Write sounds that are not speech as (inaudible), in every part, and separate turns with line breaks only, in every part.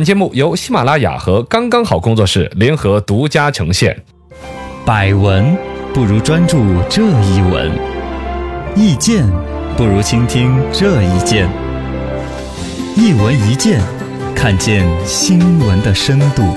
本节目由喜马拉雅和刚刚好工作室联合独家呈现。
百闻不如专注这一闻，意见不如倾听这一见。一闻一见，看见新闻的深度。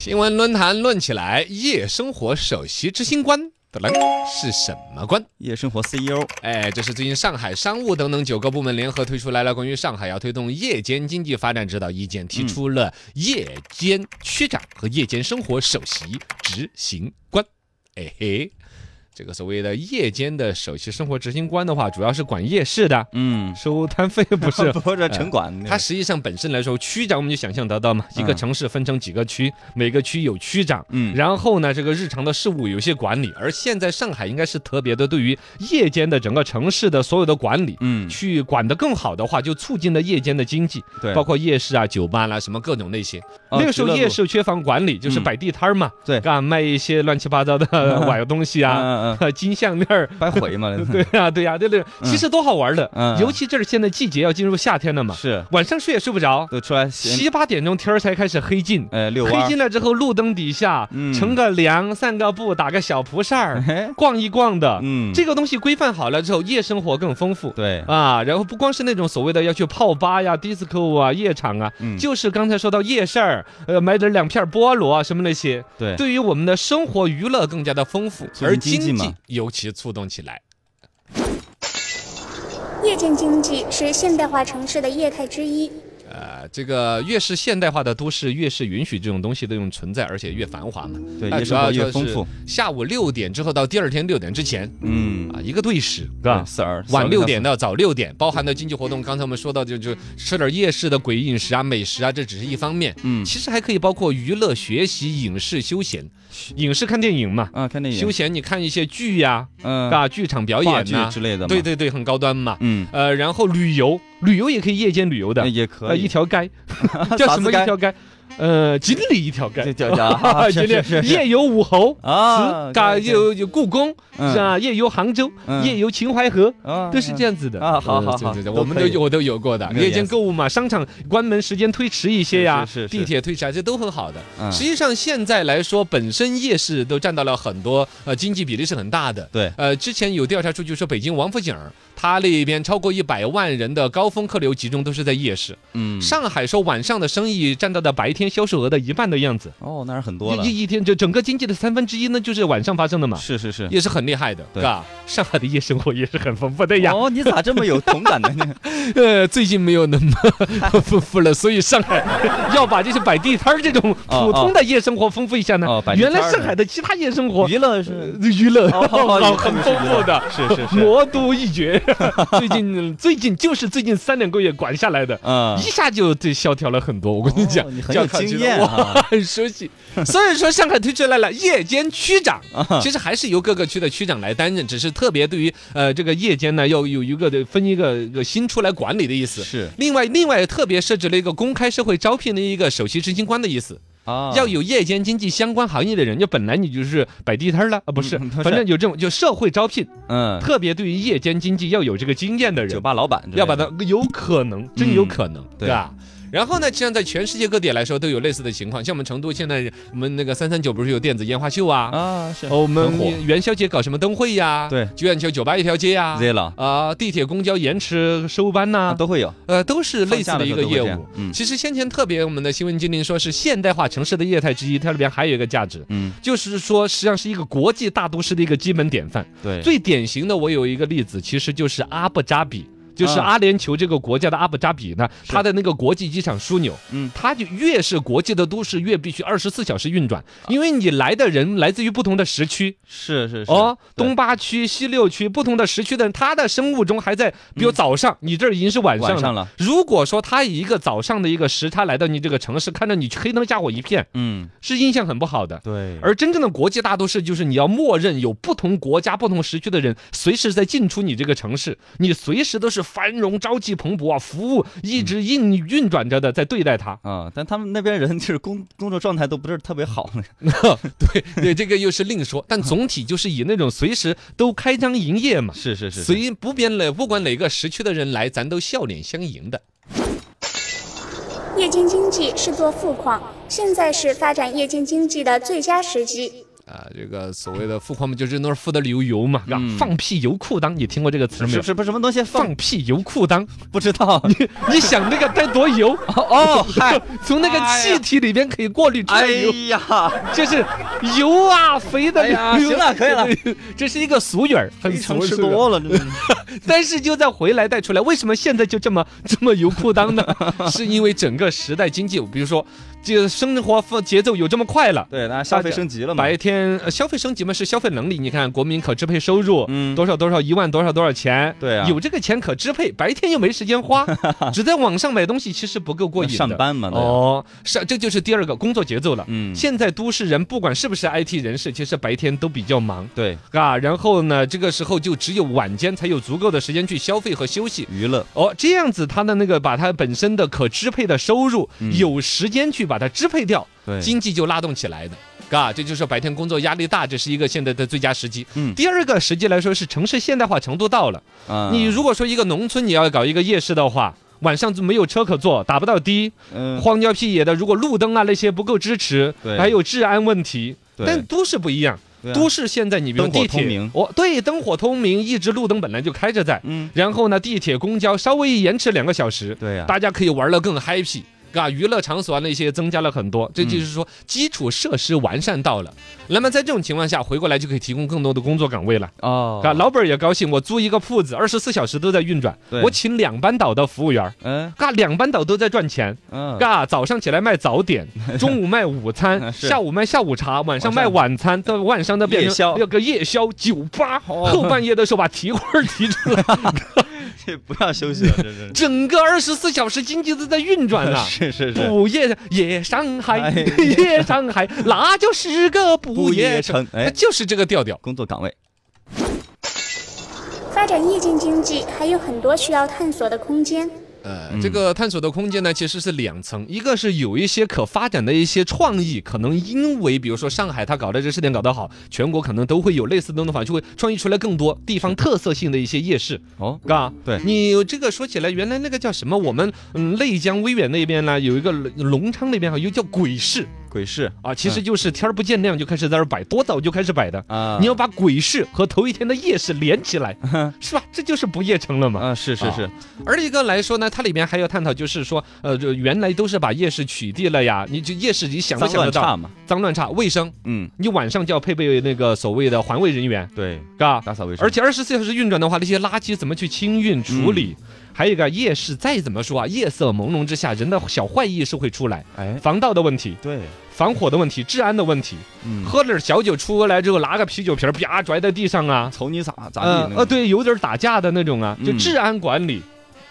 新闻论坛论起来，夜生活首席执行官的人是什么官？
夜生活 CEO
哎，这是最近上海商务等等九个部门联合推出来了关于上海要推动夜间经济发展指导意见，提出了夜间区长和夜间生活首席执行官。哎嘿，这个所谓的夜间的首席生活执行官的话，主要是管夜市的，
嗯，
收摊费不 (laughs) 是
不是城管，
它实际上本身来说，区长我们就想象得到嘛，一个
嗯
城市分成几个区，每个区有区长。
嗯
然后呢，这个日常的事务有一些管理，而现在上海应该是特别的，对于夜间的整个城市的所有的管理，
嗯，
去管得更好的话，就促进了夜间的经济，
对，
包括夜市啊、酒吧啦、什么各种那些。
哦
那个时候
俱乐部
夜市缺乏管理，就是
嗯
摆地摊儿嘛，
对
干卖一些乱七八糟的 (laughs) 歪东西啊，
嗯嗯
金项链儿。 (laughs)
嗯，白回嘛，
对呀，对呀，啊对对，其实多好玩的，
嗯嗯
尤其这儿现在季节要进入夏天了嘛，
是
晚上睡也睡不着，
都出来闲
七八点钟天儿才开始黑进，
呃遛
黑
弯
进
儿，
了之后，路灯底下
嗯
乘个凉、散个步、打个小蒲扇
(laughs)
儿，
哎
逛一逛的。
嗯，
这个东西规范好了之后，夜生活更丰富。
对，
啊，然后不光是那种所谓的要去泡吧呀、disco 啊、夜场啊，
嗯
就是刚才说到夜市儿，呃，买点两片菠萝啊什么那些，
对，
对于我们的生活娱乐更加的丰富，
促进
而
经济
经济
嘛
尤其触动起来。
夜间经济是现代化城市的业态之一。
呃，这个越是现代化的都市，越是允许这种东西的这种存在，而且越繁华嘛。
对
那
夜
主
生活
要
越
就
丰
是
富
下午六点之后到第二天六点之前
嗯，
啊，一个对时，是
对？四儿
晚六点，到早六点，包含的经济活动，刚才我们说到就就吃点夜市的鬼饮食啊、美食啊，这只是一方面。
嗯
其实还可以包括娱乐、学习、影视、休闲。影视看电影嘛，
啊，看电影
休，闲你看一些剧呀、
嗯，
啊，剧场表
话
演
剧
呐、
之类的嘛，
对对对，很高端嘛。
嗯，
呃，然后旅游，旅游也可以夜间旅游的
那，也
呃，
哎可以，
一条
(laughs)
街叫什么一条街？呃，锦里一条街 (laughs)
这。叫叫啊，
锦
是是
里
是
夜
是
游武侯。
啊，
嘎
对对
有有故宫
嗯
是吧？夜游杭州，
嗯
夜游秦淮河， (laughs)
啊
都是这
样
样子的
啊好
呃
好
对
好
对对，
都
我们
可
都
以
有我都有过的
没有
夜间
意思
购物嘛，商场关门时间推迟一些呀
是是，是
地铁推迟啊，这都很好的。
嗯
实际上现在来说，本身夜市都占到了很多呃经济比例是很大的。
对
呃，之前有调查数据说，北京王府井儿它那边超过一百万人的高峰客流集中都是在啊夜市。
嗯，
上海说晚上的生意占到的白天销售额的一半的样子，
哦，那儿很多了，
一一天就整个经济的三分之一呢，就是晚上发生的嘛。
是是是。
也是很厉害的，
对
吧？上海的夜生活也是很丰富的呀。
哦，你咋这么有同感
(laughs)
呢？
呃，最近没有那
(laughs)
么丰富了，所以上海 (laughs) 要把这些摆地摊儿这种
哦
普通的夜生活丰富一下呢
哦摆。地摊
原
儿
来上海的其他夜生活
娱
(laughs)
乐是
娱乐
哦哦
很很
娱乐
丰富的，
是是是，
魔都一
(laughs)
绝。最近最近就是最近三两个月管下来的。
嗯
一，下就对萧条了很多，我跟你讲，
哦你很
这
有
样看起
经
来
验
哇 (laughs)
啊，
很熟悉。所以说，上海推出来了夜间区长，
啊
其实还是由各个区的区长来担任，只是特别对于呃这个夜间呢，要有一个的分一个一个新出来管理的意思。
是
另外，另外特别设置了一个公开社会招聘的一个首席执行官的意思，
啊，
要有夜间经济相关行业的人，就本来你就是摆地摊儿了啊，不是，
嗯不是
反正有这种就社会招聘，
嗯，
特别对于夜间经济要有这个经验的人
酒，吧老板之类的
要把它有可能，真有可能，
对
嗯对吧？然后呢，实际上在全世界各地来说都有类似的情况，像我们成都现在我们那个三三九不是有电子烟花秀啊，
啊是
哦，我们
很火
元宵节搞什么灯会呀，
对
九眼桥酒吧一条街呀，
热了
啊，地铁、公交延迟收班呐
啊，都会有，
呃，都是类似的一个业
放假的时候都会这样
务。
嗯
其实先前特别我们的新闻精灵说是现代化城市的业态之一，它里边还有一个价值，
嗯，
就是说实际上是一个国际大都市的一个基本典范。
对，
最典型的，我有一个例子，其实就是阿布扎比。就是
啊
阿联酋这个国家的阿布扎比呢，它的那个国际机场枢纽，
嗯
它就越是国际的都市，越必须二十四小时运转，因为你来的人来自于不同的时区，
是啊是是
哦，
对
东八区、西六区不同的时区的人，他的生物钟还在，比如早上，你这儿已经是晚上
嗯晚上
了。
了，
如果说他以一个早上的一个时差来到你这个城市，看到你黑灯瞎火一片，
嗯，
是印象很不好的。
对，
而真正的国际大都市，就是你要默认有不同国家、不同时区的人随时在进出你这个城市，你随时都是繁荣、朝气蓬勃啊，服务一直运运转着的在对待它。
啊，但他们那边人就是工工作状态都不是特别
(laughs)
好，
对对，这个又是另说，但总体就是以那种随时都开张营业嘛，
是是是，
随意不变哪不管哪个时区的人来，咱都笑脸相迎的。
夜间经济是做富矿，现在是发展夜间经济的最佳时机。
啊，这个所谓的富矿嘛，就是那儿富得流油嘛，是吧？放屁油裤裆，你听过这个词没
是
有
不？是不是什么东西放
放屁油裤裆，
不知 (laughs) 道？
你想那个该多油 (laughs)
哦，嗨，
从那个气体里边可以过滤出来
哎
油，
呀，
就是油啊，肥的
哎呀
流。
行了可以了，
(laughs) 这是一个俗语儿，很
非常
俗
吃 (laughs)
是吧
多了，真的
但是就在回来带出来，为什么现在就这么这么油裤裆
(laughs)
呢？是因为整个时代经济，比如说这个生活方节奏有这么快了。
对，那消费升级了嘛？
白天、呃消费升级嘛是消费能力，你看国民可支配收入、
嗯
多少多少一万多少多少钱，
对啊
有这个钱可支配，白天又没时间花，只在网上买东西其实不够过瘾的。
上班嘛，对吧，
哦，上这就是第二个工作节奏了。
嗯
现在都市人不管是不是 IT 人士，其实白天都比较忙。
对，
啊，然后呢，这个时候就只有晚间才有足够的时间去消费和休息。
娱乐，
哦，这样子，他的那个把他本身的可支配的收入、
嗯
有时间去把它支配掉，
对
经济就拉动起来的。啊，这就是白天工作压力大，这是一个现在的最佳时机。
嗯
第二个时机来说是城市现代化程度到了。
啊
你如果说一个农村你要搞一个夜市的话，晚上就没有车可坐，打不到的，
嗯
荒郊僻野的，如果路灯啊那些不够支持，
对
还有治安问题。
对
但都市不一样，
对啊
都市现在你比如
灯火
地
通
铁
明，
哦，对，灯火通明，一直路灯本来就开着在，
嗯，
然后呢，地铁、公交稍微延迟两个小时，
对呀，
大家可以玩得更 happy。啊，娱乐场所啊那些增加了很多，
嗯
这就是说基础设施完善到了。那么在这种情况下，回过来就可以提供更多的工作岗位了。
哦
啊，老板儿也高兴，我租一个铺子，二十四小时都在运转，
对
我请两班倒的服务员儿。
嗯
嘎，两班倒都在赚钱。
嗯，
嘎，早上起来卖早点，
(laughs)
中午卖午 (laughs) 餐，
是
下午卖下午茶，晚上
晚
卖
上
晚餐，到晚上的变
夜宵哦
成那个夜宵酒吧。后半夜的时候把蹄花儿提出
(laughs)
来，
这不要休 (laughs) 息了，这是。
整个二十四小时经济都在运转啊呐
是是是，
不夜夜上海
哎，
夜上海，那就是个不夜城，
不夜城哎
就是这个调调。
工作岗位，
发展夜间经济还有很多需要探索的空间。
呃，
嗯
这个探索的空间呢，其实是两层，一个是有一些可发展的一些创意，可能因为比如说上海它搞的这试点搞得好，全国可能都会有类似的弄法，就会创意出来更多地方特色性的一些夜市，
哦，
啊，
对
你有这个说起来，原来那个叫什么？我们嗯，内江威远那边呢，有一个隆昌那边哈，又叫鬼市
鬼市
啊，其实就是天儿不见亮就开始在那儿摆，多早就开始摆的。
啊，
你要把鬼市和头一天的夜市连起来，
嗯
是吧？这就是不夜城了嘛。
啊，是是是，
而一个来说呢，它里面还有探讨，就是说，呃，就原来都是把夜市取缔了呀，你就夜市你想不
脏
想得
乱差
到？
嘛，
脏乱差，卫生，
嗯，
你晚上就要配备那个所谓的环卫人员，
对，
嘎。
打扫卫生，
而且二十四小时运转的话，那些垃圾怎么去清运处理？
嗯
还有一个夜市，再怎么说啊，夜色朦胧之下，人的小坏意是会出来，
哎，
防盗的问题、
对，
防火的问题、治安的问题。
嗯，
喝点小酒出来之后，拿个啤酒瓶儿啪拽在地上啊，
瞅你咋咋
呃
地，
呃，，对，有点打架的那种啊，就
嗯
治安管理，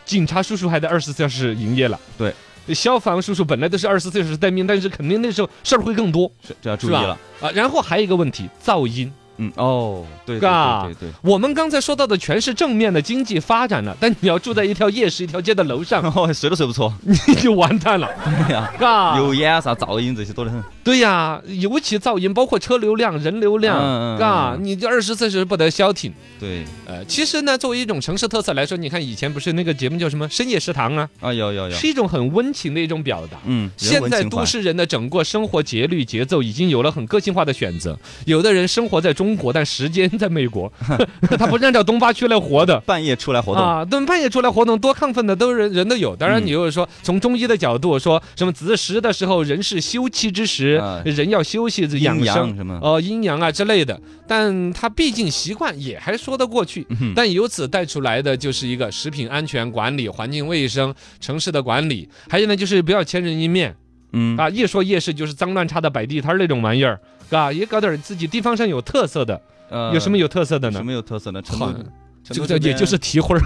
警察叔叔还在二十四小时营业了。
对。
消防叔叔本来都是二十四小时待命，但是肯定那时候事儿会更多，
是这要注
是
意
吧？
了，
啊，然后还有一个问题，噪音。
嗯，哦，对对
嘎
对对对，
我们刚才说到的全是正面的经济发展了，但你要住在一条夜市、一条街的楼
(laughs)
上，
然后哦谁都谁不错，
你就完蛋了，
对呀，
嘎。
油烟啊啥噪音这些多得很，
对呀、尤其噪音，包括车流量、人流量，
嗯嗯
嘎，
嗯
你这二十四小时不得消停。
对，
呃，其实呢，作为一种城市特色来说，你看以前不是那个节目叫什么《深夜食堂》啊，
啊，有有有，
是一种很温情的一种表达。
嗯，人
现
文
在
情怀
都市人的整个生活节律节奏已经有了很个性化的选择，有的人生活在中国，但时间在美
(laughs)
国，他不是按照东八区来活的。
半夜出来活动，
啊，对，半夜出来活动多亢奋的都人人都有。当然，
嗯
你如果说从中医的角度说，什么子时的时候，人是休戚之时
啊，
人要休息
阴
养
阳
生，
什么
哦，阴阳啊之类的，但他毕竟习惯也还说得过去。
嗯哼
但由此带出来的就是一个食品安全管理、环境卫生、城市的管理，还有呢就是不要千人一面
嗯，
啊，一说夜市就是脏乱差的摆地摊儿那种玩意儿。啊，也搞点自己地方上有特色的，
呃
有什么有特色的
有
呢
什？么有特色呢？成
好
都，成
这
都
个
这
也
边
就是
(laughs)
蹄花儿、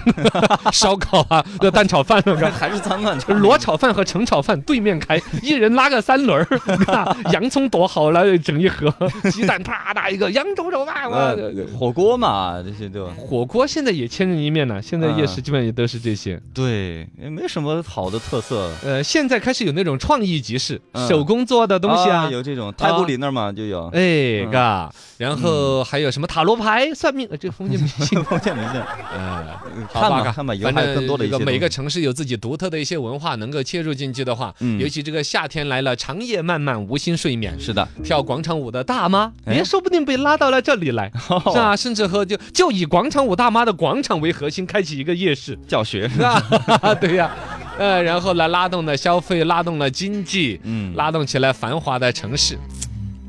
烧烤啊、 (laughs) 那蛋炒饭那个。
还是脏啊乱差，
罗炒饭和盛炒饭对面开，一人拉个三轮儿，啊洋葱多好了，整一盒，鸡蛋啪嗒一个，扬州炒饭哇！
呃，火锅嘛，这些对吧？
火锅现在也千人一面了，现在夜市
啊
基本也都是这些。
对，也没什么好的特色。
呃，现在开始有那种创意集市，
嗯
手工做的东西啊，哎
有嗯这种太古里那儿 (laughs) 嘛就有，嗯 (laughs)
哎嘎，然后还有什么塔罗牌、算命，呃这封建迷信
封建迷
(laughs)
对，
嗯，
嗯
好
看
吧，
吧看吧，以后
反
还有
正
更多的一
这
些
个每个
东西
城市有自己独特的一些文化，能够切入进去的话，
嗯
尤其这个夏天来了，长夜漫漫无心睡眠，
是的，
跳广场舞的大妈，
(laughs) 哎
也说不定被拉到了这里
(laughs)
来，是吧？甚至和就就以广场舞大妈的广场为核心，开启一个夜市，
教学，
是吧？ (laughs) 对呀、呃，然后呢，拉动了消费，拉动了经济，
嗯，
拉动起来繁华的城市，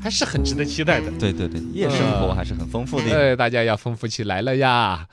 还是很值得期待的。哎
对对对，夜生活还是很丰富的。
哎，大家要丰富起来了呀！